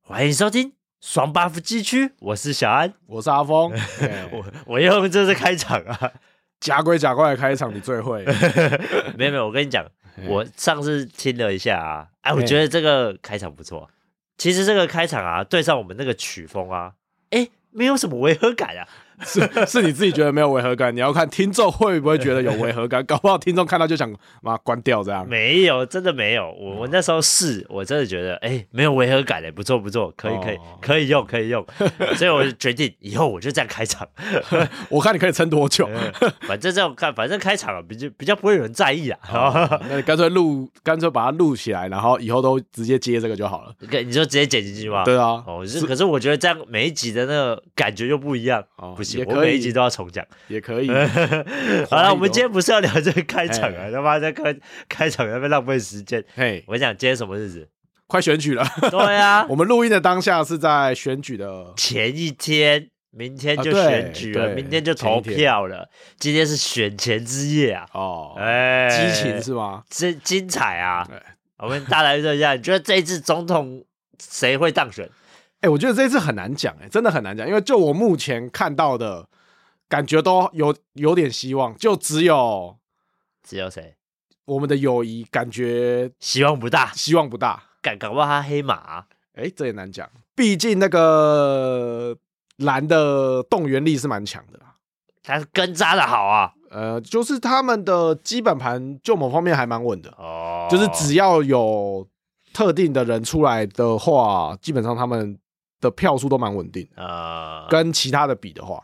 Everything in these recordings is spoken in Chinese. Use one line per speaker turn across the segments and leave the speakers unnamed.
欢迎收听双 buff 地区，我是小安，
我是阿 峰，我
我我用这是开场 啊，
假鬼假怪的开场你最会，
没有没有，我跟你讲，我上次听了一下啊，哎，我
嘿
觉得这个开场不错，其实这个开场啊，对上我们那个曲风啊，哎，没有什么违和感啊，
是是你自己觉得没有违和感，你要看听众会不会觉得有违和感，搞不好听众看到就想妈关掉这样。
没有，真的没有，
哦
我我那时候试，我真的觉得哎，没有违和感哎，不错不错，可以可以
哦
可以用可以 用，所以我就决定以后我就这样开场。
我看你可以撑 多久，
反正这种看，反正开场啊了比较比较不会有人在意啊。
那你干脆录，干脆把它录起来，然后以后都直接接这个就好了。
你看你就直接剪进去嘛。
对啊，
哦，是，可是我觉得这样每一集的那个感觉又不一样。
哦
不行
也，
我
可
每一集
以，
都要重讲。
也 可以。
好了，我
哦
们今天不是要聊这个开场啊
哎，
他妈在开开场在那边浪费时间。
嘿，
我想今天什么日子？
快选举了，
对啊，
我们录音的当下是在选举的，
前一天，明天就
啊对
选举了，
对
明天就
前
投
一天
票了。今天是选前之夜啊，
哦，
哎，
激情是哎吗？
真精彩啊
对！
我们大来预测一下，你觉得这一次总统谁会当选？
哎、我觉得这一次很难讲，哎，真的很难讲，因为就我目前看到的感觉都有有点希望，就只有
只有谁？
我们的友谊感觉
希望不大，
希望不大。
敢搞不好他黑马啊、
哎、这也难讲，毕竟那个蓝的动员力是蛮强的啦。
他是根扎的好啊。
呃，就是他们的基本盘就某方面还蛮稳的，
哦，
就是只要有特定的人出来的话，基本上他们的票数都蛮稳定的。
呃，
跟其他的比的话，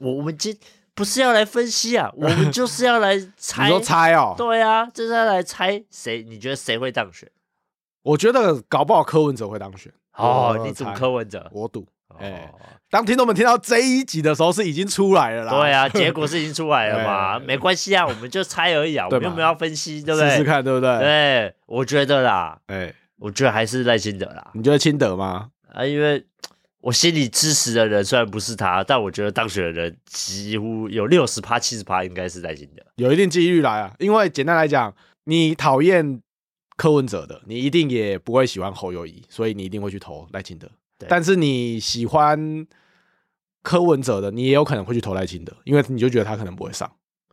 我我们今不是要来分析 啊，我们就是要来猜。
你说猜哦、
对啊，就是要来猜谁？你觉得谁会当选？
我觉得搞不好柯文哲会当选。
哦
我，
你赌
猜
柯文哲？
我赌。哎
哦，
当听众们听到这一集的时候，是已经出来了啦。
对， 啊，结果是已经出来了嘛，
哎
没关系啊，我们就猜而已啊，我
对
们
嘛
又没有要分析，对不对？
试试看，对不对？
对，我觉得啦，
哎，
我觉得还是赖清德啦，
你觉得清德吗？
啊，因为我心里支持的人虽然不是他，但我觉得当选的人几乎有六十趴、七十趴应该是赖清德。
有一定几率来啊，因为简单来讲，你讨厌柯文哲的，你一定也不会喜欢侯友谊，所以你一定会去投赖清德
对。
但是你喜欢柯文哲的，你也有可能会去投赖清德，因为你就觉得他可能不会上。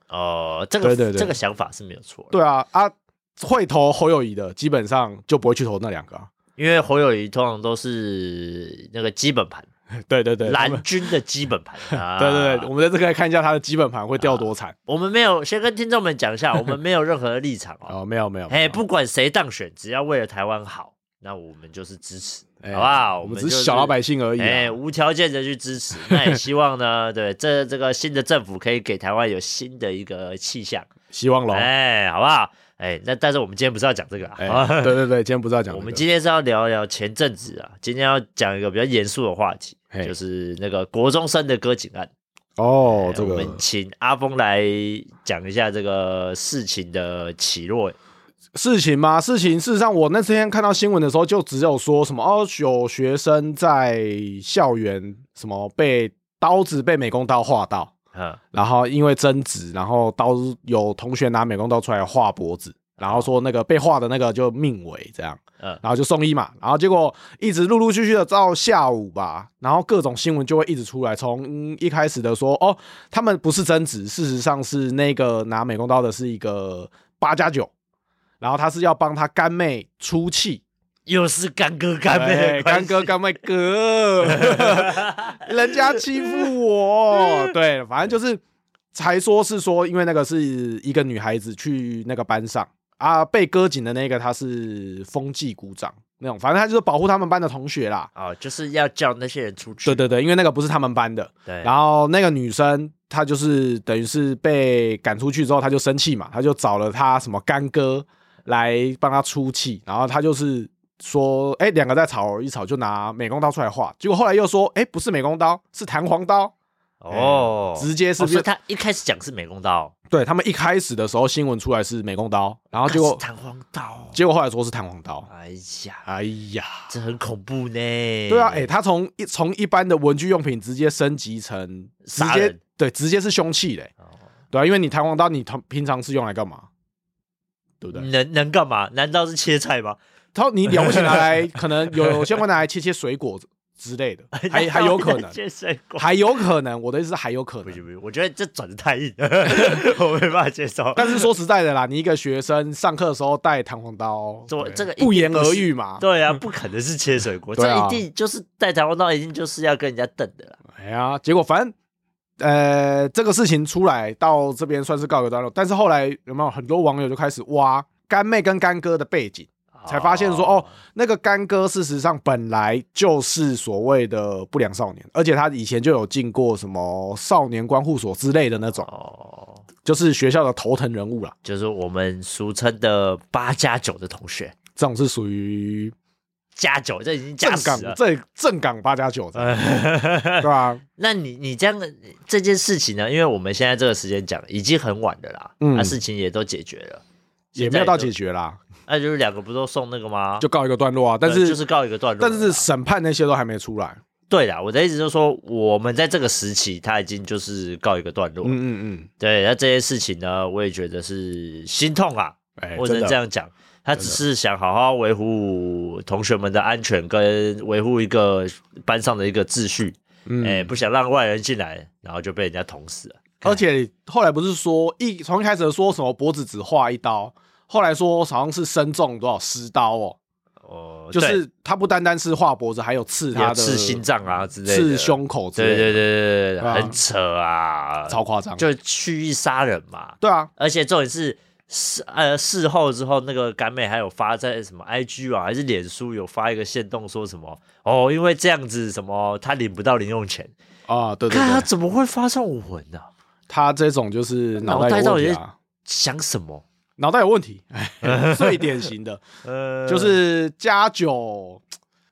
哦、这个
对对对
这个想法是没有错的，
对啊，啊，会投侯友谊的，基本上就不会去投那两个、啊。
因为侯友谊通常都是那个基本盘，
对对对，
蓝军的基本盘啊。
对对对，我，们在这个看一下它的基本盘会掉多惨
我们没有先跟听众们讲一下，我们没有任何的立场哦。
哦，没有没有，没
哎，
有，
不管谁当选，只要为了台湾好，那我们就是支持，
哎
好不好？
我
们
们
就
只
是
是小老百姓而已啊。
哎，无条件的去支 持。那也希望呢，对这这个新的政府可以给台湾有新的一个气象，
希望龙，
哎，好不好？哎，那但是我们今天不是要讲这个啊，
哎，对对对，今天不知道讲这个，
我们今天是要聊一聊前阵子啊，今天要讲一个比较严肃的话题，
嘿
就是那个国中生的割颈案。
哦，这
哎我
个
们请阿峰来讲一下这个事情的起落。
事情吗？事情事实上，我那天看到新闻的时候，就只有说什么哦，有学生在校园什么被刀子被美工刀划到，
嗯，
然后因为争执，然后刀有同学拿美工刀出来划脖子，然后说那个被划的那个就命为这样。
嗯
然后就送医嘛，然后结果一直陆陆续续的到下午吧，然后各种新闻就会一直出来，从、嗯一开始的说哦，他们不是争执，事实上是那个拿美工刀的是一个八加九，然后他是要帮他干妹出气，
又是干哥干
哎
妹，
干哥，干妹哥， 人家欺负我，对，反正就是才说是说，因为那个是一个女孩子去那个班上啊，被割颈的那个她是风纪股长那种，反正她就是保护他们班的同学啦。
哦，就是要叫那些人出去。
对对对，因为那个不是他们班的，
对，
然后那个女生她就是等于是被赶出去之后，她就生气嘛，她就找了她什么干哥来帮她出气，然后她就是说，哎，两个在吵一吵，就拿美工刀出来划，结果后来又说，哎，不是美工刀，是弹簧刀，
哦，
哎直接
哦
是不是？
所以他一开始讲是美工刀，
对他们一开始的时候新闻出来是美工刀，然后结
那
果
是弹簧刀。
结果后来说是弹簧刀，
哎呀，
哎呀，
这很恐怖呢。对
对啊，哎、他从一从一般的文具用品直接升级成直
杀
接
人
对直接是凶器嘞、
哦
对啊，因为你弹簧
嗯
刀，你通平常是用来干嘛？对不对？
能能干嘛？难道是切菜吗？
他你了不起拿来，可能有些会拿来切切水果之类的， 还还有 可能，
接哎水果。
还有可能。我的意思是还有可
不
能
行。不行，我觉得这转的太硬了， 我没办法接受。
但是说实在的啦，你一个学生上课的时候带弹簧 刀，
这
对
这个一定
不言
不
而
是
喻嘛。
对啊，不可能是切水果，
对
这
啊
一定就是带台湾刀，一定就是要跟人家瞪的啦。
哎呀，结果反正呃，这个事情出来到这边算是告一个段落，但是后来有没有很多网友就开始挖干妹跟干哥的背景，才发现说哦，那个干哥事实上本来就是所谓的不良少年，而且他以前就有进过什么少年关护所之类的那种，
哦，
就是学校的头疼人物啦。
就是我们俗称的八加九的同学，
这种是属于
加九这已经
正
加死
港
了。哎
正正港八加九的，对吧、
那你你这样这件事情呢？因为我们现在这个时间讲已经很晚了啦，
嗯
那、事情也都解决了，
也没有到解
决，
决啦，
那、就是两个不都送那个吗？
就告一个段落啊。但
呃
是、
啊就是告一个段落
但
了啦。
是审判那些都还没出来。
对啦，我的意思就是说，我们在这个时期，他已经就是告一个段落。
嗯嗯嗯，
对，那这些事情呢，我也觉得是心痛啊，
哎、
我只
真
能
的
这样讲。他只是想好好维护同学们的安全，跟维护一个班上的一个秩序，哎、
嗯，
不想让外人进来，然后就被人家捅死了。
而且后来不是说一从一开始说什么脖子只划一刀，后来说好像是身中多少十刀哦，
哦，
就
对
是他不单单是划脖子，还有刺他
有
的
刺心、脏啊之类的，
刺，胸口之
对
类
对
的，
对对对，
啊
很扯啊，
超夸张。
就蓄意杀人嘛。
对啊，
而且重点是事呃事后之后，那个干妹还有发在什么 IG 啊，还是脸书有发一个线动，说什么哦，因为这样子什么他领不到零用钱，
啊，对对
看他
对，
怎么会发上文呢、
他这种就是脑
脑
袋
袋
有
到
问
底
题
是
啊，
想什么？
脑袋有问题，哎 最典 型的
呃
就是加九，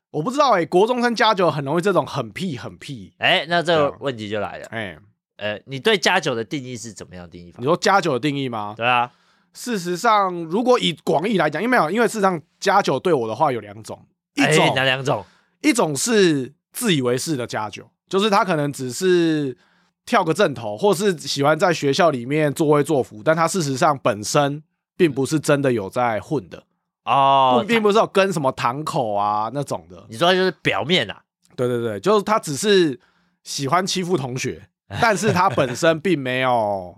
我不知道哎、国中生加九很容易这种很屁很屁，
哎、那这
对
个
啊
问题就来了，
哎、
呃，你对加九的定义是怎么样定义法
你？说加九的定义吗？
对啊，
事实上，如果以广义来讲，因为没有，因为事实上加酒对我的话有两种，一
哎
种、
哪两种？
一种是自以为是的加酒，就是他可能只是跳个正头，或是喜欢在学校里面作威作福，但他事实上本身并不是真的有在混的，
哦
不，并不是有跟什么堂口啊那种的。
你说就是表面啊，
对对对，就是他只是喜欢欺负同学，但是他本身并没有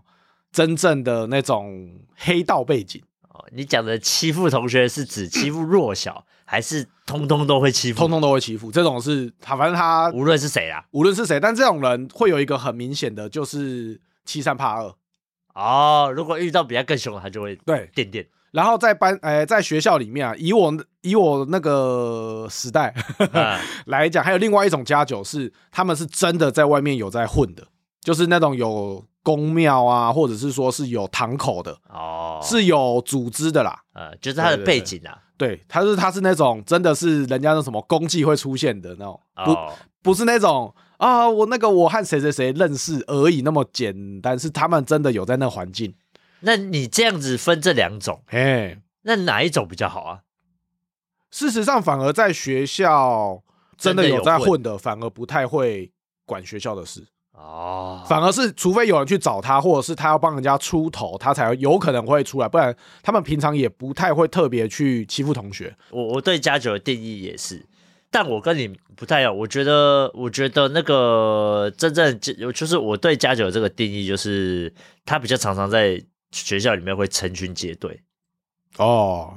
真正的那种黑道背景。
哦你讲的欺负同学是指欺负弱小，还是通通都会欺负？
通通都会欺负。这种是他，反正他
无论是谁啊啦。
无论是谁，但这种人会有一个很明显的，就是欺善怕恶。
哦，如果遇到比他更凶的，他就会
对，
垫垫。
然后在班，呃，在学校里面啊，以我以我那个时代
啊
来讲，还有另外一种家酒是，他们是真的在外面有在混的，就是那种有公庙啊，或者是说是有堂口的，
哦，
是有组织的啦。
呃，就是他的背景啊。
对，他是他是那种真的是人家那什么公祭会出现的那种，不、
哦，
不是那种啊，我那个我和谁谁谁认识而已那么简单，是他们真的有在那环境。
那你这样子分这两种，
哎，
那哪一种比较好啊？
事实上反而在学校真的有在
真的有
混的，反而不太会管学校的事，
哦，
反而是除非有人去找他，或者是他要帮人家出头，他才有可能会出来，不然他们平常也不太会特别去欺负同学。
我我对加九的定义也是，但我跟你不太一样。我觉得，我觉得那个真正就就是我对加九这个定义，就是他比较常常在学校里面会成群结队，
哦，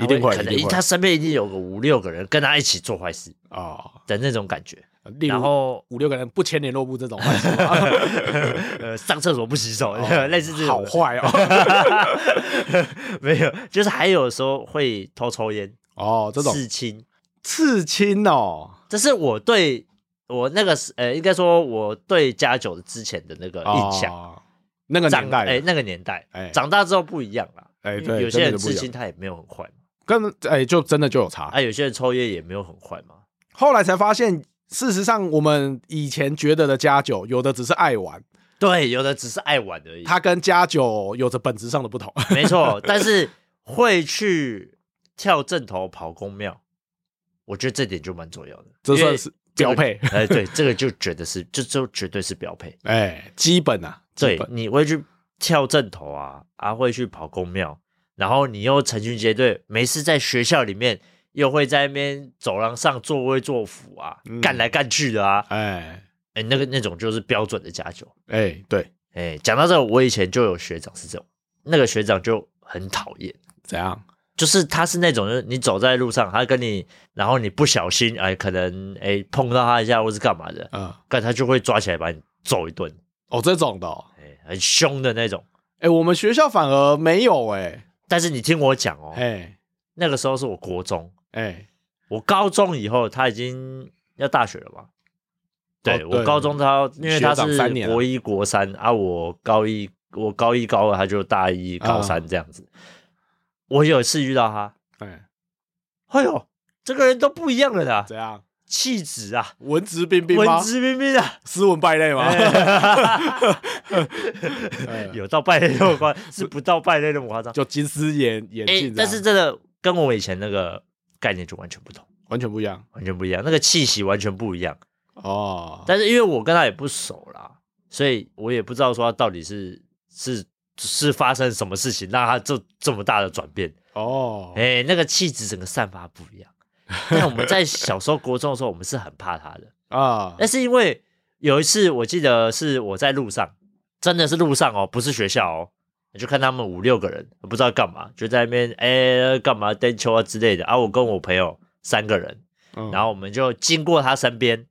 一定会，
他可能
一定会
他身边一定有个五六个人跟他一起做坏事
哦，
的那种感觉。
例
然
如
后
五六个人不签联络簿 这种坏事吗，
呃，上厕所不洗手，
哦
类似这种
好
的。
坏哦，
没有，就是还有时候会偷抽烟、
哦，这种
刺青，
刺青哦，
这是我对我那个时呃，应该说我对加九的之前的那个呃印象。
哦、那个
长
年代的，
哎、那个年代，
哎
长大之后不一样了。
哎
因为
对
有些
真的
人
就不一
刺
样
青他也没有很坏嘛，
跟哎就真的就有差。
啊，有些人抽烟也没有很坏嘛。
后来才发现，事实上我们以前觉得的家酒，有的只是爱玩，
对，有的只是爱玩而已。
它跟家酒有着本质上的不同。
没错，但是会去跳正头跑公庙，我觉得这点就蛮重要的，
这
因为
算是标配
这个哎、对，这个就觉得是，这就绝对是标配。
哎，基本啊，基
对
本，
你会去跳正头啊，啊，会去跑公庙，然后你又成群结队，没事在学校里面又会在那边走廊上作威作福啊，
嗯
干来干去的啊，
哎
哎、那个那种就是标准的假酒。
哎，对，
哎、讲到这个，我以前就有学长是这种，那个学长就很讨厌，
怎样？
就是他是那种，就是你走在路上，他跟你，然后你不小心，哎、可能哎、碰到他一下或是干嘛的，
嗯，
干他就会抓起来把你揍一顿，
哦，这种的哦，
哎、很凶的那种。
哎，我们学校反而没有，哎，
但是你听我讲哦，
哎
那个时候是我国中，
哎，
我高中以后他已经要大学了嘛。对
哦对
我高中他，因为他
学长
是
三年啊
国一国三啊，我高一我高一高二，他就大一
啊
高三这样子。我有一次遇到他，
哎，
哎呦，这个人都不一样了啦，
怎样？
气质啊，
文质彬彬吗哦
文？质哎彬彬啊，哎
斯文败类吗？ 哎
有到败类那么夸张，是不到败类那么夸张。
就金丝眼眼
哎、
镜这样，
但是真的跟我以前那个概念就完全不同，
完全不一样
完全不一样，那个气息完全不一样。
哦。
但是因为我跟他也不熟啦，所以我也不知道说他到底是是是发生什么事情让他这这么大的转变。
哦，
哎、那个气质整个散发不一 样。那我们在小时候国中的时候，我们是很怕他的。
啊，
那是因为有一次，我记得是我在路上，真的是路上哦，不是学校哦，我就看他们五六个人，不知道干嘛，就在那边哎干嘛颠球啊之类的啊。我跟我朋友三个人，
嗯
然后我们就经过他身边，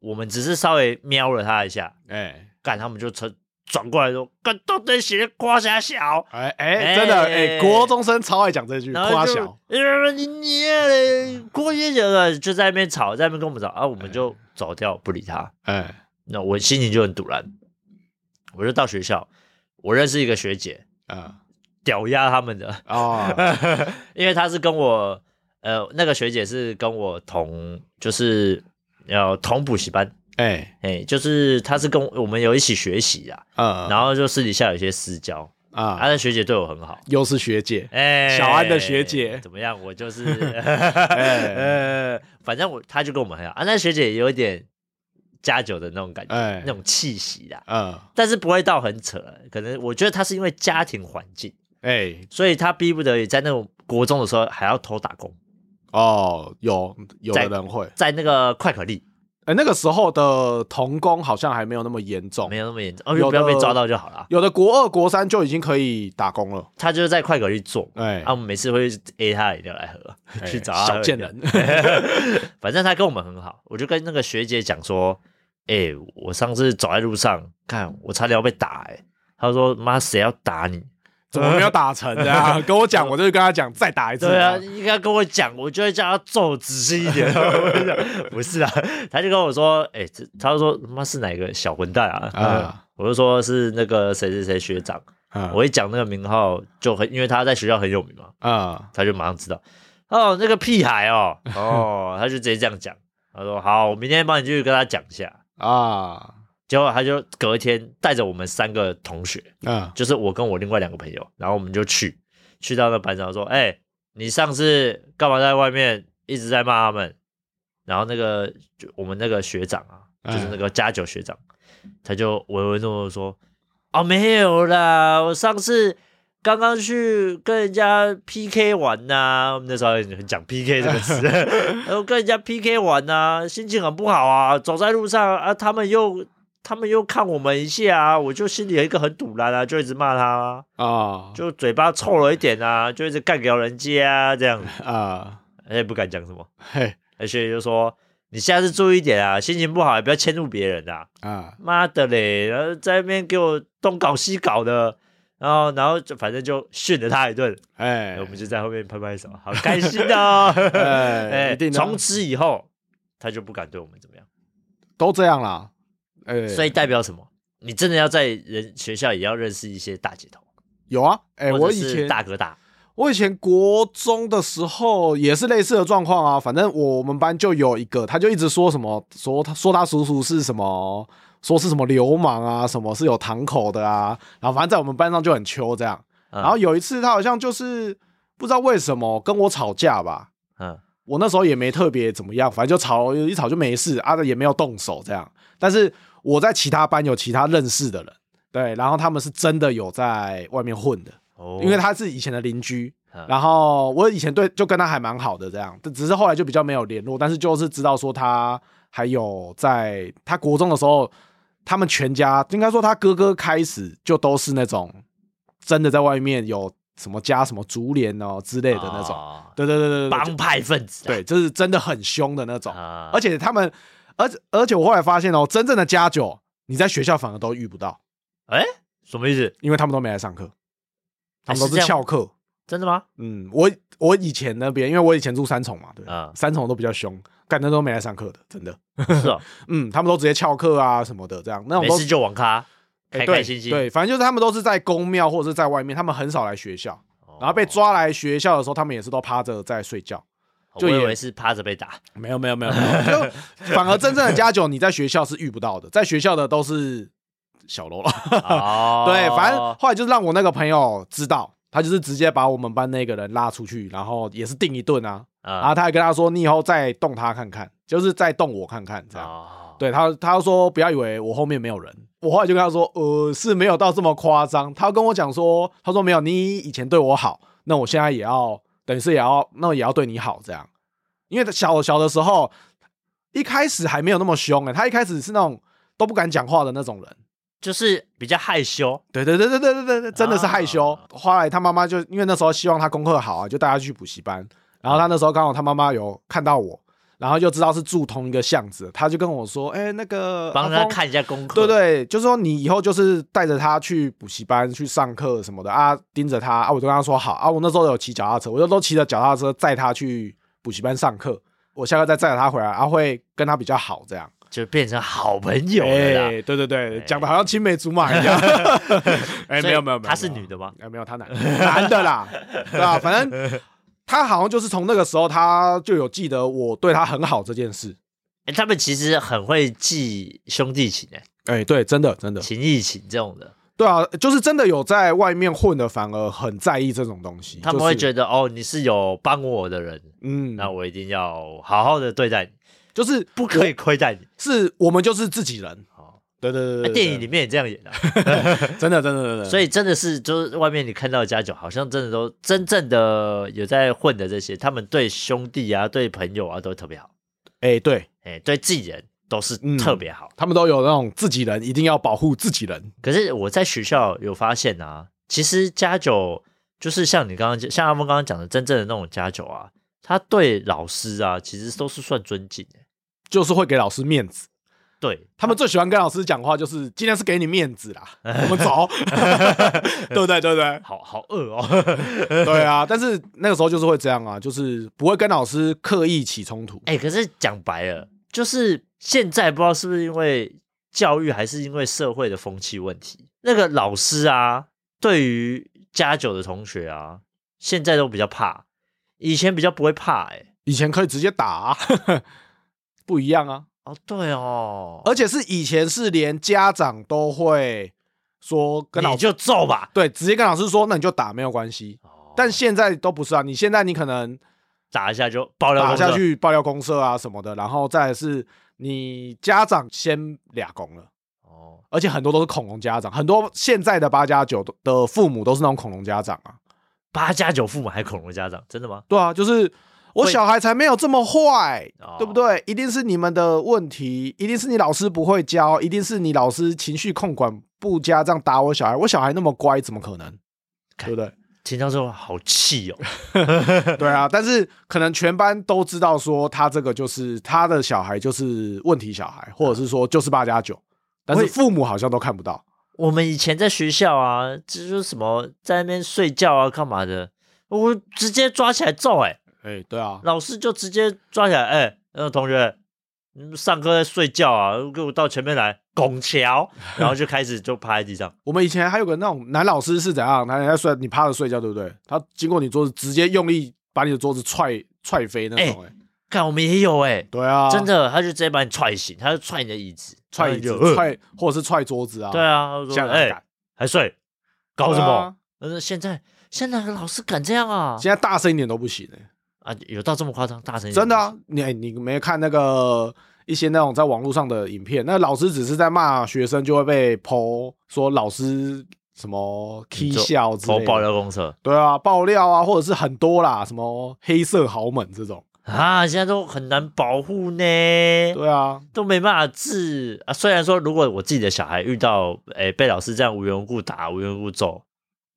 我们只是稍微瞄了他一下，
哎
干他们就转转过来说，干到底写夸下小。
哎哎，真的哎，
哎
国中生超爱讲这句
然后
夸
就
小，，
呃你你嘞，郭先生啊就在那边吵，在那边跟我们吵啊，我们就走掉不理他。
哎
那我心情就很堵然。我就到学校，我认识一个学姐，
啊
屌压他们 的，
啊
因为她是跟我，呃，那个学姐是跟我同，就是呃同补习班，
哎
哎、就是她是跟我我们有一起学习啊，
嗯
然后就私底下有一些私交，她、
啊，
的学姐对我很好。
又是学姐，
哎、
小安的学姐哎
怎么样？我就是， 呃，反正我她就跟我们很好啊。那学姐也有一点加酒的那种感觉，
哎
那种气息啦。
嗯
但是不会到很扯，可能我觉得他是因为家庭环境，
哎
所以他逼不得已在那种国中的时候还要偷打工，
哦，有有的
在
人会，
在那个快可丽
哎，那个时候的童工好像还没有那么严重
没，有那么严重，哦，就
有
不要
的
被抓到就好了。
有的国二国三就已经可以打工了，
他就是在快可丽做，
哎
啊，我们每次会 A 他的饮料来喝，
哎
去找他喝
小贱人哎
饮 料。反正他跟我们很好，我就跟那个学姐讲说，哎、我上次走在路上，看我差点要被打、哎，他说妈谁要打你？
怎么没有打成 的啊？跟我讲，我就跟他讲再打一次。
对啊，应该跟我讲，我就会叫他揍仔细一 点。我就讲不是啊，他就跟我说，哎、这他就说他妈是哪个小混蛋啊？
啊
我就说是那个谁谁谁学长。
啊，
我一讲那个名号，就很因为他在学校很有名嘛，
啊
他就马上知道。哦，那个屁孩哦，哦，他就直接这样讲。他说好，我明天帮你去跟他讲一下。
啊
结果他就隔天带着我们三个同学，
啊
就是我跟我另外两个朋友，然后我们就去去到那班长说：“哎、你上次干嘛在外面一直在骂他们？”然后那个就我们那个学长啊，就是那个加九学长，他就唯唯诺诺说：“哦，没有啦，我上次刚刚去跟人家 PK 玩呐、我们那时候很讲 PK 这个词，然后跟人家 PK 玩呐、心情很不好啊，走在路上啊，他们又他们又看我们一下啊，我就心里有一个很堵然啊，就一直骂他、啊，
啊
就嘴巴臭了一点啊，就一直干掉人家啊，这样，
啊！哎
他也不敢讲什么，
嘿
而且就说你下次注意一点啊，心情不好也不要迁怒别人啊，
啊
妈的嘞，然后在那边给我东搞西搞的，然后然后就反正就训了他一顿，
哎
我们就在后面拍拍手，好开心哦，
哎，
哎
一定的
从此以后他就不敢对我们怎么样。
都这样啦。哎，
所以代表什么？你真的要在人学校也要认识一些大姐头，
有啊。哎，
或
我
者
以
是
前
大哥大，
我以前国中的时候也是类似的状况啊，反正我们班就有一个，他就一直说什么，说他说他叔叔是什么，说是什么流氓啊，什么是有堂口的啊，然后反正在我们班上就很秋这样。
嗯
然后有一次他好像就是不知道为什么跟我吵架吧，
嗯
我那时候也没特别怎么样，反正就吵一吵就没事，啊也没有动手这样。但是我在其他班有其他认识的人，对，然后他们是真的有在外面混的，
哦
因为他是以前的邻居，
嗯
然后我以前对就跟他还蛮好的这样，只是后来就比较没有联络，但是就是知道说他还有在他国中的时候，他们全家应该说他哥哥开始就都是那种真的在外面有什么加什么竹联哦之类的那种，
哦
对对对对对，就
帮派分子啊，
对，就是真的很凶的那种。
啊，
而且他们，而且而且我后来发现哦，真正的家酒你在学校反而都遇不到，
哎，什么意思？
因为他们都没来上课，他
哎
们都
是这
是
样
翘课。
真的 吗？
嗯，我我以前那边，因为我以前住三重嘛，对，
啊
三重都比较凶，干那都没来上课的，真的。
是哦，
嗯，他们都直接翘课啊什么的，这样那种
没
都
事就网咖，
哎
开
对
开心心，
对，反正就是他们都是在公庙或者是在外面，他们很少来学校。
哦，
然后被抓来学校的时候，他们也是都趴着在睡觉。
哦，
就
我以
也
为是趴着被 打，
没有没有没有，没有 就反而真正的家酒你在学校是遇不到的，在学校的都是小喽啰。
哦
对，反正后来就是让我那个朋友知道，他就是直接把我们班那个人拉出去，然后也是定一顿啊，然后
啊，
他还跟他说，你以后再动他看看，就是再动我看看这样。
哦，
对他，他说不要以为我后面没有人。我后来就跟他说，呃，是没有到这么夸张。他跟我讲说，他说没有，你以前对我好，那我现在也要，等于是也要，那也要对你好这样。因为小小的时候，一开始还没有那么凶哎、他一开始是那种都不敢讲话的那种人。
就是比较害羞，
对对对对对对对对，真的是害羞。
啊
后来他妈妈就因为那时候希望他功课好啊，就带他去补习班。然后他那时候刚好他妈妈有看到我，然后就知道是住同一个巷子，他就跟我说：“哎、那个
帮
阿
他
峰
看一下功课，
对对，就是说你以后就是带着他去补习班去上课什么的啊，盯着他啊，我就跟他说好啊，我那时候有骑脚踏车，我就都骑着脚踏车载他去补习班上课，我下课再载着他回来，啊会跟他比较好这样。
就变成好朋友了啦。
哎对对对
哎，
讲的好像青梅竹马 一样。哎、
所
没
以
有没有没有，
她是女的吗？
哎，没有，他男男的啦，对吧、反正他好像就是从那个时候，他就有记得我对他很好这件事。
哎，他们其实很会记兄弟情诶，
哎、对，真的真的，
情义情这种的，
对啊，就是真的有在外面混的，反而很在意这种东西。
他们会
得，
觉得哦，你是有帮我的人，
嗯，
那我一定要好好的对待你，
就是
不可以亏待你。
是我们就是自己人。
哦，
对对对
那
对，
电影里面也这样演的啊，
面真的真的真的，
所以真的是就是外面你看到的家酒，好像真的都真正的有在混的这些，他们对兄弟啊、对朋友啊都特别好，
哎、对
哎，对自己人都是
嗯
特别好。
他们都有那种自己人，一定要保护自己人。
可是我在学校有发现啊，其实家酒就是像你刚刚讲像阿峰刚刚讲的，真正的那种家酒啊，他对老师啊其实都是算尊敬的、
就是会给老师面子，
对
他们最喜欢跟老师讲话，就是今天是给你面子啦，我 们走，对不对？对不对？
好好饿哦。
对啊，但是那个时候就是会这样啊，就是不会跟老师刻意起冲突。
哎、可是讲白了，就是现在不知道是不是因为教育，还是因为社会的风气问题，那个老师啊，对于加九的同学啊，现在都比较怕，以前比较不会怕、哎，
以前可以直接打、啊， 不一样啊。
哦，对哦，
而且是以前是连家长都会说跟老
你就揍吧。
对，直接跟老师说，那你就打没有关系。
哦
但现在都不是啊，你现在你可能
打一下就爆料
打
公社
下，去爆料公社啊什么的，然后再来是你家长先俩公了，
哦，
而且很多都是恐龙家长，很多现在的八加九的父母都是那种恐龙家长啊。
八加九父母还恐龙家长，真的吗？
对啊，就是我
会
小孩才没有这么坏，
哦
对不？对？一定是你们的问题，一定是你老师不会教，一定是你老师情绪控管不佳，这样打我小孩。我小孩那么乖，怎么可 能？
看
对不对？
听到这话好气哦。
对啊，但是可能全班都知道说他这个就是他的小孩就是问题小孩，或者是说就是八加九，但是
会
父母好像都看不到。
我们以前在学校啊，这就是什么在那边睡觉啊，干嘛的，我直接抓起来揍、欸，哎，
哎，对啊，
老师就直接抓起来，哎、那个同学，你们上课在睡觉啊，给我到前面来拱 桥，然后就开始就趴在地上，
我们以前还有个那种男老师是怎样，他人家睡你趴着睡觉，对不对？他经过你桌子，直接用力把你的桌子踹踹飞那种、哎、
看我们也有哎、欸
对啊，
真的，他就直接把你踹醒，他就踹你的椅子，
踹
然
椅
后你
子
就，呃
踹或者是踹桌哎子啊，
对，啊，他就
像
说，哎、
敢。
还睡，搞什么？
对啊
但是现在现在哪个老师敢这样啊？
现在大声一点都不行、欸，
啊，有到这么夸张？大声一点
真的啊！你哎你没看那个一些那种在网络上的影片，那老师只是在骂学生，就会被剖说老师什么 K
你就
笑之
投
类
爆
的，
料公社
对啊，爆料啊，或者是很多啦，什么黑色豪门这种，
啊，现在都很难保护呢，
对啊，
都没办法治啊。虽然说，如果我自己的小孩遇到诶、被老师这样无缘无故打、无缘无故揍，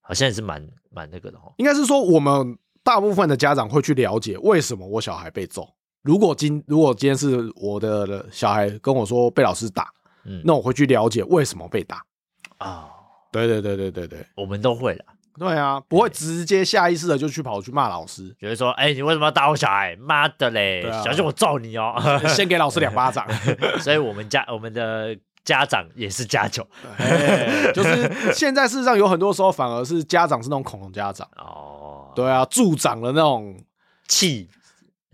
好像也是蛮蛮那个的哦。
应该是说我们大部分的家长会去了解为什么我小孩被揍。如果今如果今天是我的小孩跟我说被老师打，
嗯，
那我会去了解为什么被打。
啊、
对对对对对对
我们都会啦，
对
哎
啊，不会直接下意识的就去跑去骂老
，
师
觉得说，哎、你为什么要打我小孩？妈的嘞，
对啊
小心我揍你 哦！
先给老师两巴掌。
所以我们家我们的家长也是家酒
哎 就是现在事实上有很多时候反而是家长是那种恐龙家长，
哦，
对啊，助长了那种。
气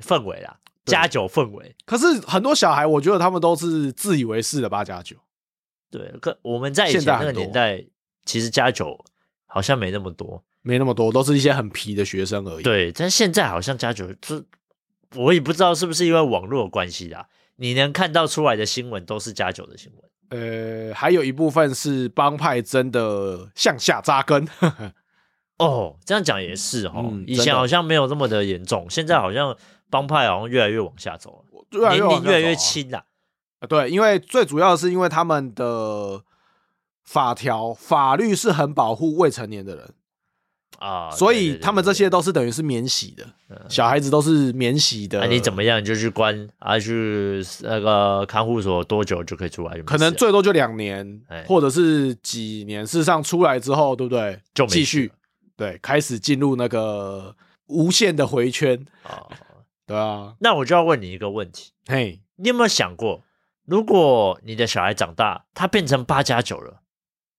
氛围啦，家酒氛围。
可是很多小孩，我觉得他们都是自以为是的八加九。
对，可我们在以前
现在
那
很
个年代，其实家酒好像没那么多。
没那么多，都是一些很皮的学生而已。
对，但现在好像家酒就我也不知道是不是因为网络的关系啦，你能看到出来的新闻都是家酒的新闻。
呃，还有一部分是帮派真的向下扎根，
哦，这样讲也是哦，
嗯
以前
真的嗯
好像没有那么的严重，现在好像帮派好像越来越往下走了，
越来越
年
往
龄
下
越来越
走啊
轻啦。
啊对，因为最主要的是因为他们的法条法律是很保护未成年的人，
啊，
所
对
以他们这。
对对对对嗯
些都是等于是免洗的，小孩子都是免洗的。
啊，你怎？么样你就去关啊，去那个看护所多久就可以出来？就没
可能
事了
最多就两年
哎，
或者是几年。事实上出来之后，对不对？
就没事
继续对，开始进入那个无限的回圈，
哦
对啊，
那我就要问你一个问题：
嘿，
你有没有想过，如果你的小孩长大，他变成八加九了，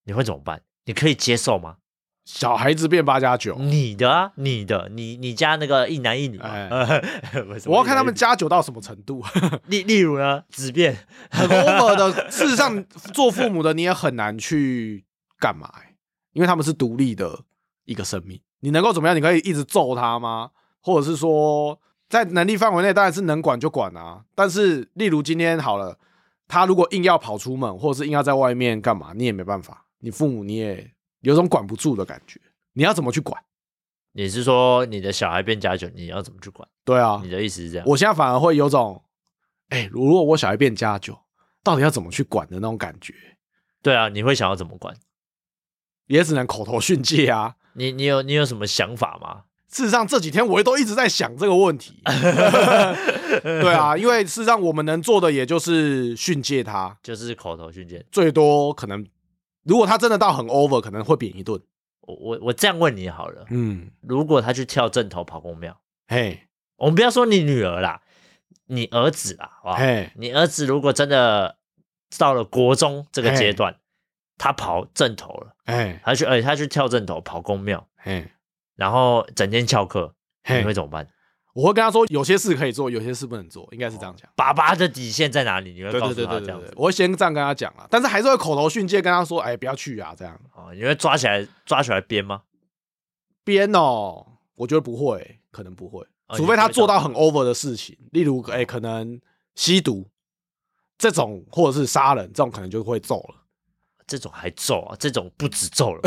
你会怎么办？你可以接受吗？
小孩子变八加九，
你的啊，你的，你你家那个一男一女嘛，
哎
不是
我要看他们
一
加九到什么程度。啊
男一女例例如呢，子变
很 over 的，事实上做父母的你也很难去干嘛、欸因为他们是独立的一个生命，你能够怎么样？你可以一直揍他吗？或者是说，在能力范围内，当然是能管就管啊。但是，例如今天好了，他如果硬要跑出门，或者是硬要在外面干嘛，你也没办法，你父母你也有种管不住的感觉，你要怎么去管？
你是说你的小孩变加九，你要怎么去管？
对啊
你，的意思是这样？
我现在反而会有种，哎、如果我小孩变加九，到底要怎么去管的那种感觉，
对啊，你会想要怎么管？
也只能口头训诫啊。
你你有你有什么想法吗？
事实上，这几天我都一直在想这个问题。 对啊，因为事实上我们能做的也就是训诫他，
就是口头训诫。
最多可能如果他真的到很 over，可能会扁一顿。
我我我这样问你好了，
嗯，
如果他去跳正头跑公庙，
嘿，
我们不要说你女儿啦，你儿子啦，好不好
嘿，
你儿子如果真的到了国中这个
嘿
阶段，他跑正头了，
嘿，
他去而且他去跳正头跑公庙，
嘿，
然后整天翘课，你会
嘿，
怎么办？
我会跟他说，有些事可以做，有些事不能做，应该是这样讲。
爸爸的底线在哪里？你会
对
哦告
对
诉
对
他
对
这
对
样
对
子，
我会先这样跟他讲啊，但是还是会口头训诫跟他说，哎，不要去啊，这样
哦，你会抓起来抓起来编吗？
编哦，我觉得不会，可能不会，
哦
除非他做到很
你哦
over 的事情，例如哎、可能吸毒这种，或者是杀人这种，可能就会揍 了。
这种还揍啊，这种不止揍了，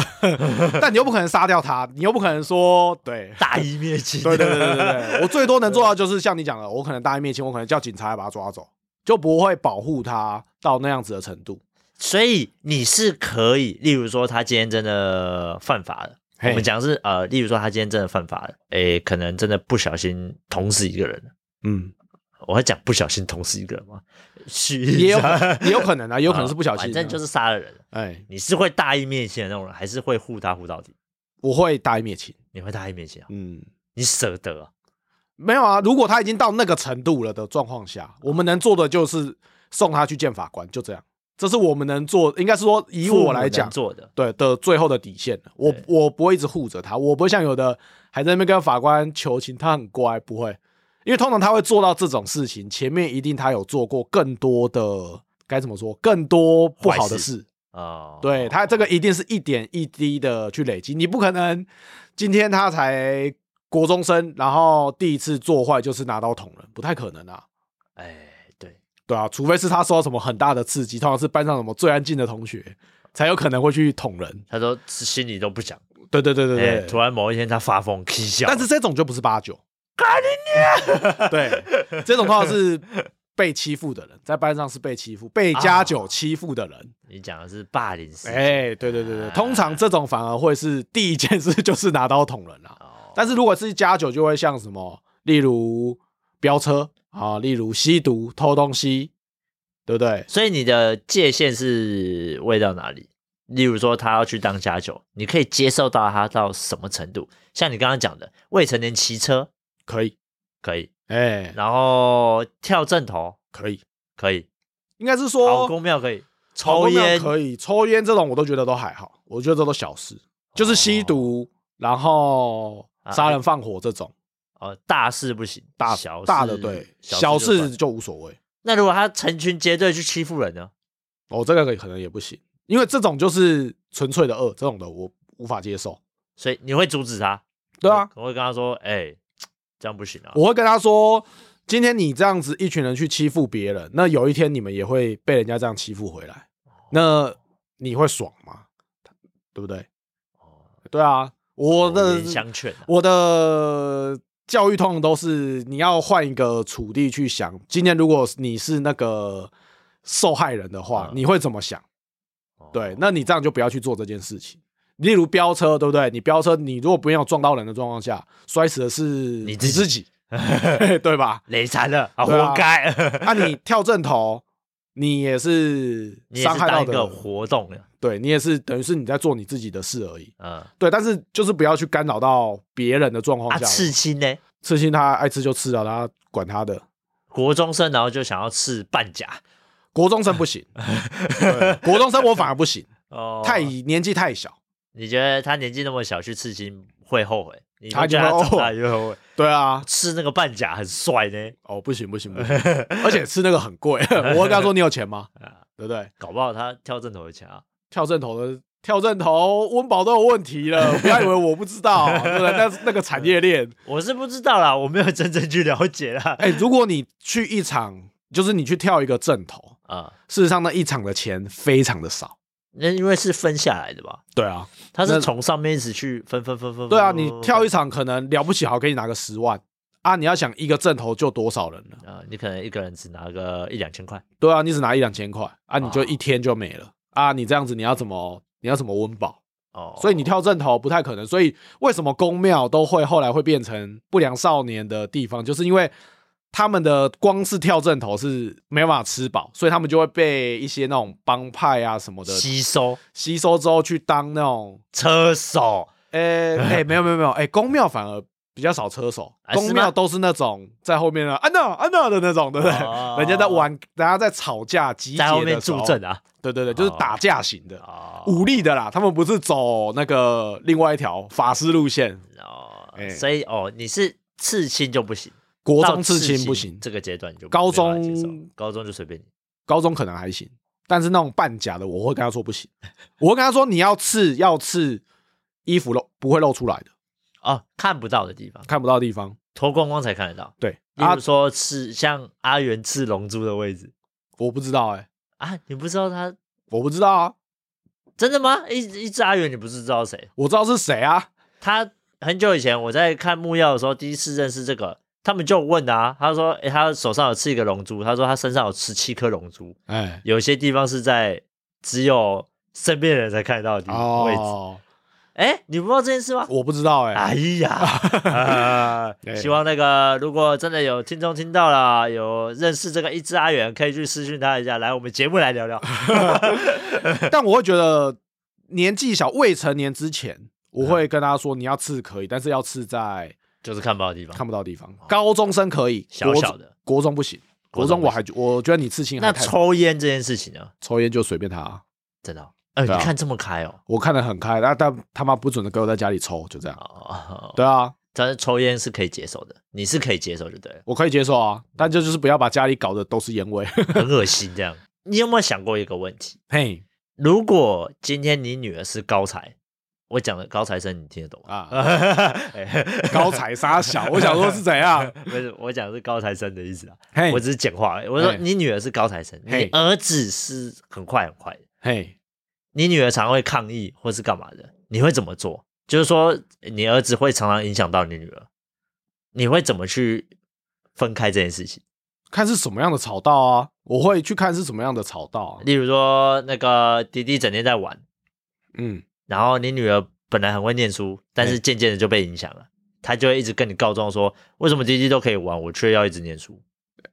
但你又不可能杀掉他，你又不可能说 对
大义灭亲。
对对对对对对，我最多能做到就是像你讲的，我可能大义灭亲，我可能叫警察来把他抓走，就不会保护他到那样子的程度。
所以你是可以，例如说他今天真的犯法了，
嘿
我们讲是呃，例如说他今天真的犯法了，诶，可能真的不小心捅死一个人。
嗯，
我会讲不小心捅死一个人吗？是
也有 也有可能啊，也有可能是不小
反
心的、
正就是杀了人。
哎，
你是会大义灭亲的那种人，还是会护他护到底？
我会大义灭亲。
你会大义灭亲啊？
嗯，
你舍得啊？
没有啊，如果他已经到那个程度了的状况下，
哦
我们能做的就是送他去见法官，就这样。这是我们能做，应该是说以
父母
我来
能
讲，
做的
对的最后的底线了。我
对
我不会一直护着他，我不会像有的还在那边跟法官求情，他很乖，不会，因为通常他会做到这种事情，前面一定他有做过更多的该怎么说，更多不好的
坏事
事。
哦，
对他这个一定是一点一滴的去累积，你不可能今天他才国中生，然后第一次做坏就是拿刀捅人，不太可能啊。
哎，对，
对啊，除非是他受到什么很大的刺激，通常是班上什么最安静的同学，才有可能会去捅人。
他说心里都不讲，
对对对对
哎
对，
突然某一天他发疯，气笑，
但是这种就不是八九，对，这种通常是被欺负的人，在班上是被欺负、被家酒欺负的人。
你讲的是霸凌事
哎、
件
对对对对，
啊
通常这种反而会是第一件事就是拿刀捅人啦、啊
哦，
但是如果是家酒，就会像什么，例如飙车啊，例如吸毒、偷东西，对不对？
所以你的界限是喂到哪里？例如说，他要去当家酒，你可以接受到他到什么程度？像你刚刚讲的，未成年骑车
可以，
可以，
哎、
然后跳正头
可以，
可以，
应该是
跑
说
公庙可以，
跑
抽
公庙
烟
可以，抽烟这种我都觉得都还好，我觉得这都小事，就是吸毒，然后
哦啊
杀人放火这种。
哦，大事不行，
大
小事
大的对，
小
小
事就
事
算
就无所谓。
那如果他成群结队去欺负人呢？
哦，这个可能也不行，因为这种就是纯粹的恶，这种的我无法接受。
所以你会阻止他？
对啊，
我会跟他说，哎、这样不行啊。
我会跟他说，今天你这样子一群人去欺负别人，那有一天你们也会被人家这样欺负回来，
哦
那你会爽吗？对不对？对啊，我
有
的
言哦相劝啊、
我的教育通常都是你要换一个处地去想，今天如果你是那个受害人的话，
嗯
你会怎么想？
哦
对，那你这样就不要去做这件事情。例如飙车，对不对？你飙车，你如果没有撞到人的状况下，摔死的是你
自己
自己， 对吧？
累残了啊，
对啊
活该。
那、你跳正头，你也是
你也
伤
是
害
当
到
一
的
个
人，
活动的，
对你也是等于是你在做你自己的事而已。
嗯，
对，但是就是不要去干扰到别人的状况
啊，
下。
刺青呢？
刺青他爱吃就吃啊，他管他的。
国中生然后就想要刺半甲，
国中生 不行，对国中生我反而不行，
哦
太年纪太小。
你觉得他年纪那么小去刺青会后悔？你
他
觉得
就
他
会
长
后
大
悔
就会后悔？
对啊，
刺那个半甲很帅呢，
哦，不行不行不行，而且吃那个很 贵。我会跟他说：“你有钱吗？”
啊
对不对？
搞不好他跳正头的啊强。
跳正头的跳正头，温饱都有问题了，不要以为我不知道，对不对？那那个产业链，
我是不知道啦，我没有真正去了解 啦。
哎，如果你去一场，就是你去跳一个正头，
啊、
事实上那一场的钱非常的少。
那因为是分下来的吧？
对啊，
他
那
是从上面一直去分分分分。
对啊，
分
你跳一场可能了不起，好给你拿个十万啊，你要想一个正头就多少人了？
啊、你可能一个人只拿个一两千块。
对啊，你只拿一两千块啊，你就一天就没了啊，你这样子你要怎么你要怎么温饱？
哦，
所以你跳正头不太可能。所以为什么公庙都会后来会变成不良少年的地方，就是因为他们的光是跳正头是没办法吃饱，所以他们就会被一些那种帮派啊什么的
吸收
吸收之后去当那种，
车手，
呃、 哎、没有没有没有，哎、公庙反而。比较少车手
啊，是吗
公庙都是那种在后面的安娜安娜的那种，对不对？
哦
人家在玩，人家在吵架、集结
在后面
的时候
助阵啊。
对对对，就是
哦
打架型的。
哦，
武力的啦，他们不是走那个另外一条法师路线，
哦，
哎
所以哦，你是刺青就不行，
国
到
中刺青不行，
这个阶段你就没
高
办法接受
中
高中就随便你。
高中可能还行，但是那种半假的，我会跟他说不行，我会跟他说你要刺要刺衣服露不会露出来的，
哦，看不到的地方，
看不到的地方，
脱光光才看得到。
对
例
啊
如，说是像阿元刺龙珠的位置
我不知道哎、
啊，你不知道他
我不知道啊，
真的吗？一一只阿元你不是知道谁？
我知道是谁啊，
他很久以前我在看木曜的时候，第一次认识这个，他们就问啊，他说，诶他手上有刺一个龙珠，他说他身上有吃七颗龙珠，
哎、
有些地方是在只有身边人才看得到的地方位置。
哦，
哎、你不知道这件事吗？
我不知道哎、
哎呀，啊
对
希望那个如果真的有听众听到了，有认识这个一只阿远，可以去私讯他一下，来我们节目来聊 聊。
但我会觉得年纪小未成年之
嗯
前，我会跟他说你要刺可以，但是要刺在
就是看不到的地方，
看不到的地方，高中生可以，
哦小小的
国国中不行。
国
国
中
中
不
我
行
还觉我觉得你刺青
那
还太
抽烟这件事情呢？
抽烟就随便他啊、
真的哦、呃，
对啊
你看这么开哦。
我看得很开，但但他妈不准给我在家里抽，就这样。
哦，
对啊，，
但是抽烟是可以接受的，你是可以接受就对了
我可以接受啊，但这就是不要把家里搞得都是烟 味。
很恶心这样。你有没有想过一个问题？
嘿，
如果今天你女儿是高材，我讲的高材生，你听得懂吗？
啊，高采杀小，我想说是怎样？
哎不是，我讲的是高材生的意思啊。
嘿
我，只是简化而已。我说
哎嘿
你女儿是高材生，你
嘿
儿子是很快很快的。
嘿，
你女儿常会抗议或是干嘛的，你会怎么做？就是说，你儿子会常常影响到你女儿，你会怎么去分开这件事情？
看是什么样的吵到啊，我会去看是什么样的吵到、啊。
例如说，那个弟弟整天在玩，
嗯，
然后你女儿本来很会念书，但是渐渐的就被影响了，她就会一直跟你告状说，为什么弟弟都可以玩，我却要一直念书？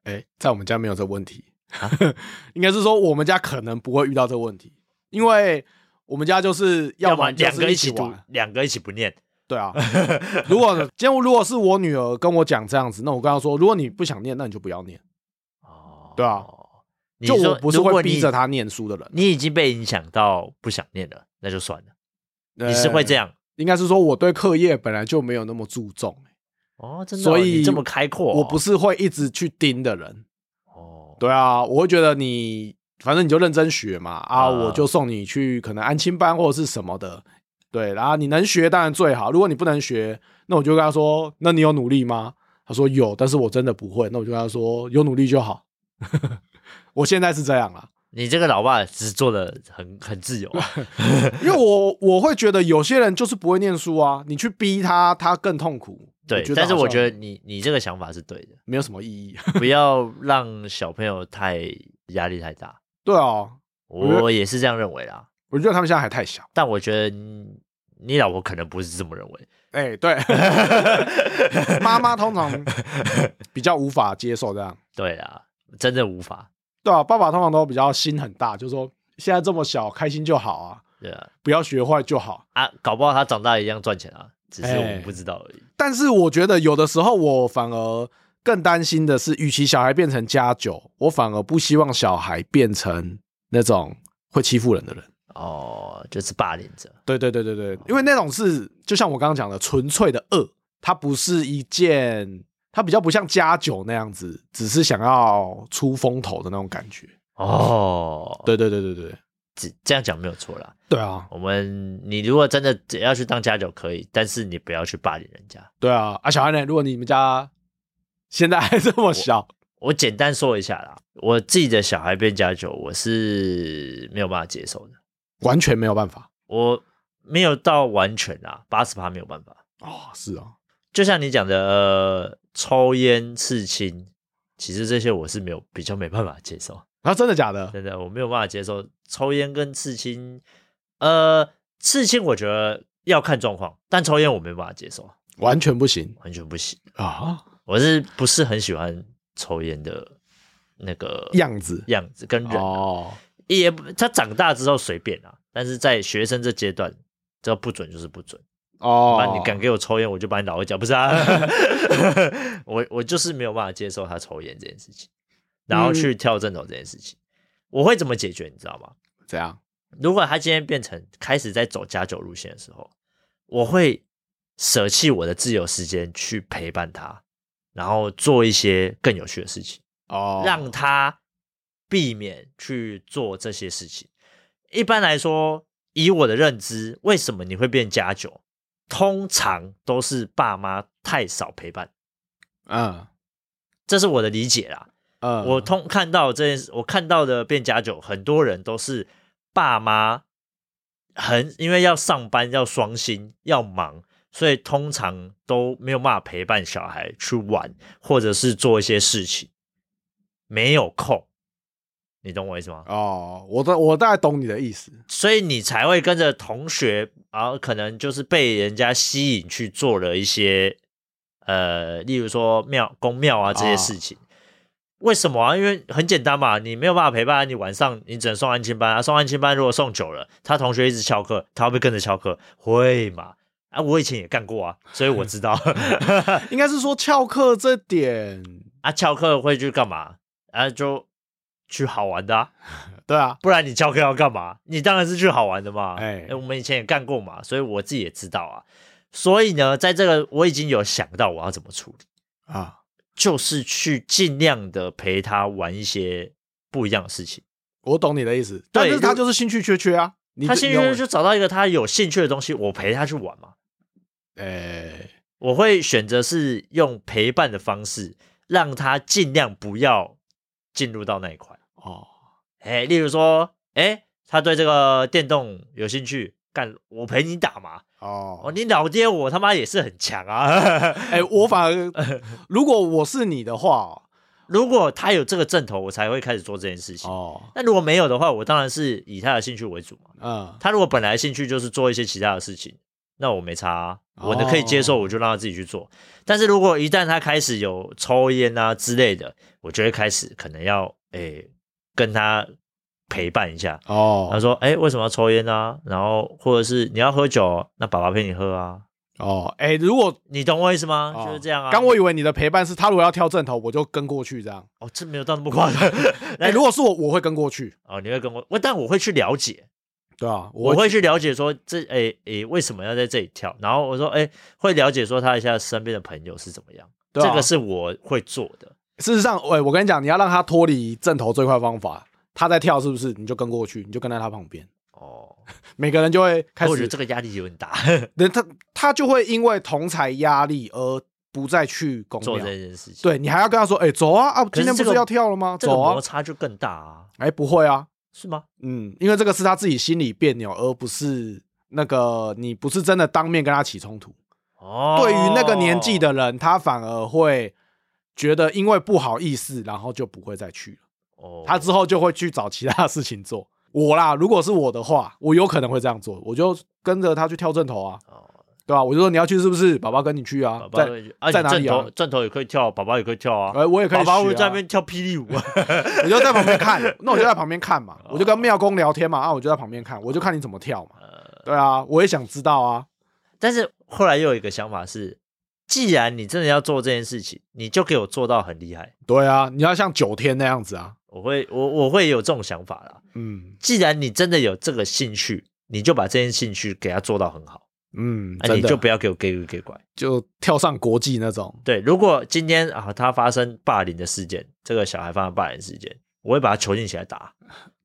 哎、在我们家没有这问题，
啊
应该是说我们家可能不会遇到这问题，因为我们家就是
要
么
么
就
两
是
个
一
起读
玩，，
两个一起不念，
对啊。如果今天如果是我女儿跟我讲这样子，那我跟她说，如果你不想念，那你就不要念。
哦
对啊，
你
就
说
我不是
如
会
果你
逼着她念书的人，啊
你已经被影响到不想念了，那就算了。你是会这
样？
样
呃应该是说我对课业本来就没有那么注重、
哦，真的哦、
所以
你这么开阔哦、
我不是会一直去盯的人。
哦，
对啊，我会觉得你反正你就认真学嘛，啊，
啊
我就送你去可能安亲班或者是什么的。对，然后你能学当然最好，如果你不能学，那我就跟他说，那你有努力吗？他说有，但是我真的不会。那我就跟他说，有努力就好。 我现在是这样啦，
你这个老爸只是做的很很自由 啊、
因为我我会觉得有些人就是不会念书啊，你去逼他，他更痛苦。
对。但是我觉
得好
得你你这个想法是对的
像，没有什么意义。
不要让小朋友太压力太大。
对啊，我觉得
我也是这样认为啦，
我觉得他们现在还太小。
但我觉得你你老婆可能不是这么认为。
哎、对， 妈妈通常比较无法接受这样，
对啊，真的无法。
对啊，爸爸通常都比较心很大，就说现在这么小，开心就好啊，
对啊，
不要学坏就好。
啊，搞不好他长大一样赚钱啊，只是我
哎
们不知道而已。
但是我觉得有的时候我反而更担心的是，与其小孩变成家酒，我反而不希望小孩变成那种会欺负人的人。
哦，就是霸凌者。
对对对对对，因为那种是就像我刚刚讲的，纯粹的恶，它不是一件，它比较不像家酒那样子，只是想要出风头的那种感觉。
哦，
对对对对对，
这这样讲没有错啦。
对啊，
我们你如果真的只要去当家酒可以，但是你不要去霸凌人家。
对啊啊！小安呢？如果你们家现在还这么小，
我简单说一下啦，我自己的小孩变家酒，我是没有办法接受的，
完全没有办法
我没有到完全啊，八十趴没有办法。
哦，是哦，
就像你讲的，呃，抽烟、刺青，其实这些我是没有比较没办法接受。
那、啊、真的假的？
真的，我没有办法接受抽烟跟刺青。呃，刺青我觉得要看状况，但抽烟我没办法接受，
完全不行
完全不行。
啊，
我是不是很喜欢抽烟的那个
样子
样子跟人、啊？
哦，
也不他长大之后随便啊，但是在学生这阶段，这不准就是不准。
哦，
把你敢给我抽烟，我就把你老二脚。不是 啊， 我我就是没有办法接受他抽烟这件事情，然
嗯
后去跳正头这件事情，我会怎么解决？你知道吗？
怎样？
如果他今天变成开始在走加酒路线的时候，我会舍弃我的自由时间去陪伴他，然后做一些更有趣的事情，
哦，
让他避免去做这些事情。一般来说，以我的认知，为什么你会变加酒？通常都是爸妈太少陪伴，
嗯
这是我的理解啦。
嗯，
我通看到这件事，我看到的变家酒，很多人都是爸妈很因为要上班、要双薪、要忙，所以通常都没有办法陪伴小孩去玩，或者是做一些事情，没有空。你懂我意思吗？
哦，我大我大概懂你的意思，
所以你才会跟着同学，然后可能就是被人家吸引去做了一些，呃，例如说庙、宫庙啊这些事情。为什么啊？因为很简单嘛，你没有办法陪伴，你晚上你只能送安亲班啊。送安亲班如果送久了，他同学一直翘课，他会不会跟着翘课？会嘛？啊，我以前也干过啊，所以我知道。
应该是说翘课这点，
啊，翘课会去干嘛？啊，就去好玩的、啊。
对啊，
不然你翘课要干嘛？你当然是去好玩的嘛。
哎
哎、我们以前也干过嘛，所以我自己也知道啊。所以呢，在这个我已经有想到我要怎么处理，
啊，
就是去尽量的陪他玩一些不一样的事情。
我懂你的意思，但是他就是兴趣缺缺啊，你
他兴
你懂我
趣就找到一个他有兴趣的东西，我陪他去玩嘛。
哎
我会选择是用陪伴的方式，让他尽量不要进入到那一块。
哦，
哎，例如说，哎，他对这个电动有兴趣，干我陪你打嘛。哦，
哦，
你老爹我他妈也是很强啊。
哎、我反而如果我是你的话，
如果他有这个阵头，我才会开始做这件事情。
哦，
那如果没有的话，我当然是以他的兴趣为主嘛。
嗯，
他如果本来兴趣就是做一些其他的事情，那我没差啊、我能可以接受，我
哦
就让他自己去做。但是如果一旦他开始有抽烟啊之类的，我就会开始可能要诶、跟他陪伴一下。他
哦，
说：“诶，为什么要抽烟啊？然后或者是你要喝酒，那爸爸陪你喝啊。
哦，哎、如果
你懂我意思吗？
哦
就是这样啊。
刚我以为你的陪伴是他如果要挑正头，我就跟过去这样。
哦，这没有到那么夸张。
哎、如果是我，我会跟过去。
哦，你会跟我，我但我会去了解，
对啊，
我
会
会去了解说这诶诶为什么要在这里跳，然后我说诶会了解说他一下身边的朋友是怎么样，
对啊
这个是我会做的。
事实上，喂、我跟你讲，你要让他脱离正头最快方法，他在跳是不是？你就跟过去，你就跟在他旁边，
哦，
每个人就会开
可我觉
始
得，这个压力有点大，
人他他就会因为同才压力而不再去公
做
庙
这。件事情，，
对你还要跟他说，哎、走啊啊，
是
今天不
这
是
个
要跳了吗？
这个
走啊
摩，擦就更大啊，
哎、不会啊，
是吗？
嗯，因为这个是他自己心里别扭，而不是那个你不是真的当面跟他起冲突。
哦，
对于那个年纪的人，他反而会觉得因为不好意思，然后就不会再去了。
哦，
他之后就会去找其他的事情做。我啦，如果是我的话，我有可能会这样做，我就跟着他去跳正头啊，
哦，
对吧、我就说你要去是不是？爸爸跟你去啊，
宝宝
在
会啊，
在
你
哪
正
里啊
头正头也可以跳，宝宝也可以跳啊，
哎，我也可以、
宝
啊。
宝会在那边跳霹雳舞啊，
我就在旁边看，那我就在旁边看
哦
嘛，我就跟庙公聊天嘛，啊，我就在旁边看，我就看你怎么跳嘛。
呃
对啊，我也想知道啊。
但是后来又有一个想法是，既然你真的要做这件事情，你就给我做到很厉害。
对啊，你要像九天那样子啊。
我会我我会有这种想法啦。
嗯
既然你真的有这个兴趣，你就把这件兴趣给它做到很好，
嗯，
那、
真
哎你
的
就不要给我给给拐。
就跳上国际那种。
对，如果今天啊他发生霸凌的事件，这个小孩发生霸凌事件，我会把他囚禁起来打。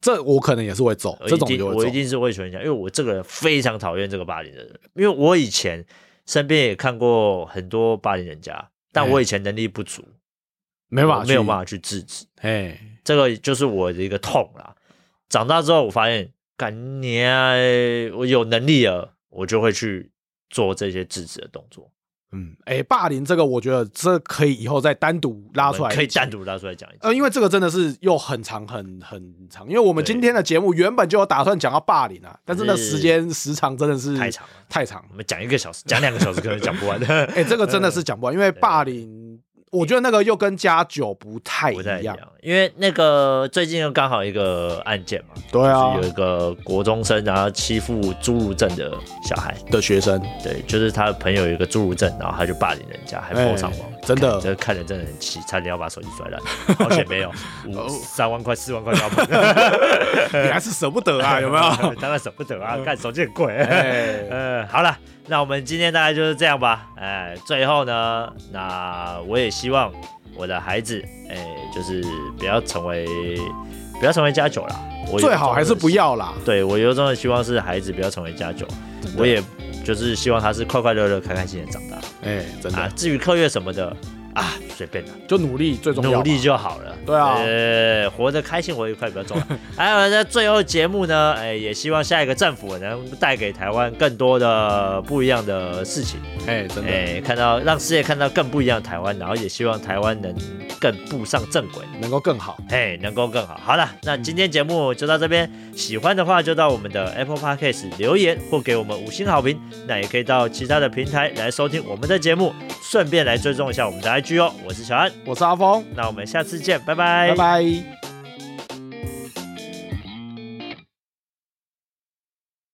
这我可能也是会走，
我
这
一
种
定
就会
呃我
走。
一定是会囚禁起来，因为我这个人非常讨厌这个霸凌的人，因为我以前身边也看过很多霸凌人家，但我以前能力不足，
哎没办
我
法，
没有办
嘛。
法去制止。
哎，
这个就是我的一个痛啦。长大之后，我发现，干你啊，我有能力了，我就会去做这些制止的动作。
嗯，哎，霸凌这个，我觉得这可以以后再单独拉出
我
来，
们可以单。独拉出来讲一讲。
呃，因为这个真的是又很长很很长，因为我们
对
今天的节目原本就有打算讲到霸凌啊，但是那
可是
时间时长真的是
太长了
太长
我。们讲一个小时，讲两个小时 可能讲不完。
哎、这个真的是讲不完，因为
啊
霸凌，我觉得那个又跟加酒不太一
不太一
样。
样，因为那个最近又刚好一个案件嘛，
对啊
就是有一个国中生，然后欺负侏儒症的小孩，
的学生，
对，就是他的朋友有一个侏儒症，然后他就霸凌人家，还泼上网，
哎真的
看这个看着 真的很气，差点要把手机摔烂，好险没 有，
哦
五三万块、四万块都要赔，
你还是舍不得 啊，有 没有？嗯
当然舍不得啊，看手机很贵。
哎
呃，好了，那我们今天大概就是这样吧。哎，最后呢，那我也希望我的孩子，哎，就是不要成为不要成为家酒啦，我有
最好还是不要啦。
对我由衷的希望是孩子不要成为家酒，我也就是希望他是快快乐乐、开开心心地长大。
哎、真
啊
的，，
至于课业什么的啊，随便啦，
就努力最重要嘛。
努力就好了。
对啊
呃，活得开心，活得愉快比较重 要。还有在最后节目呢，哎，也希望下一个政府能带给台湾更多的不一样的事情，
哎、真的、
哎，看到让世界看到更不一样的台湾，然后也希望台湾能更步上正轨。
能够更好。
哎，能够更好。好了，那今天节目就到这边。喜欢的话就到我们的 Apple Podcast 留言或给我们五星好评。那也可以到其他的平台来收听我们的节目，顺便来追踪一下我们的 IG 哦。我是小安，
我是阿峰，
那我们下次见，
拜拜。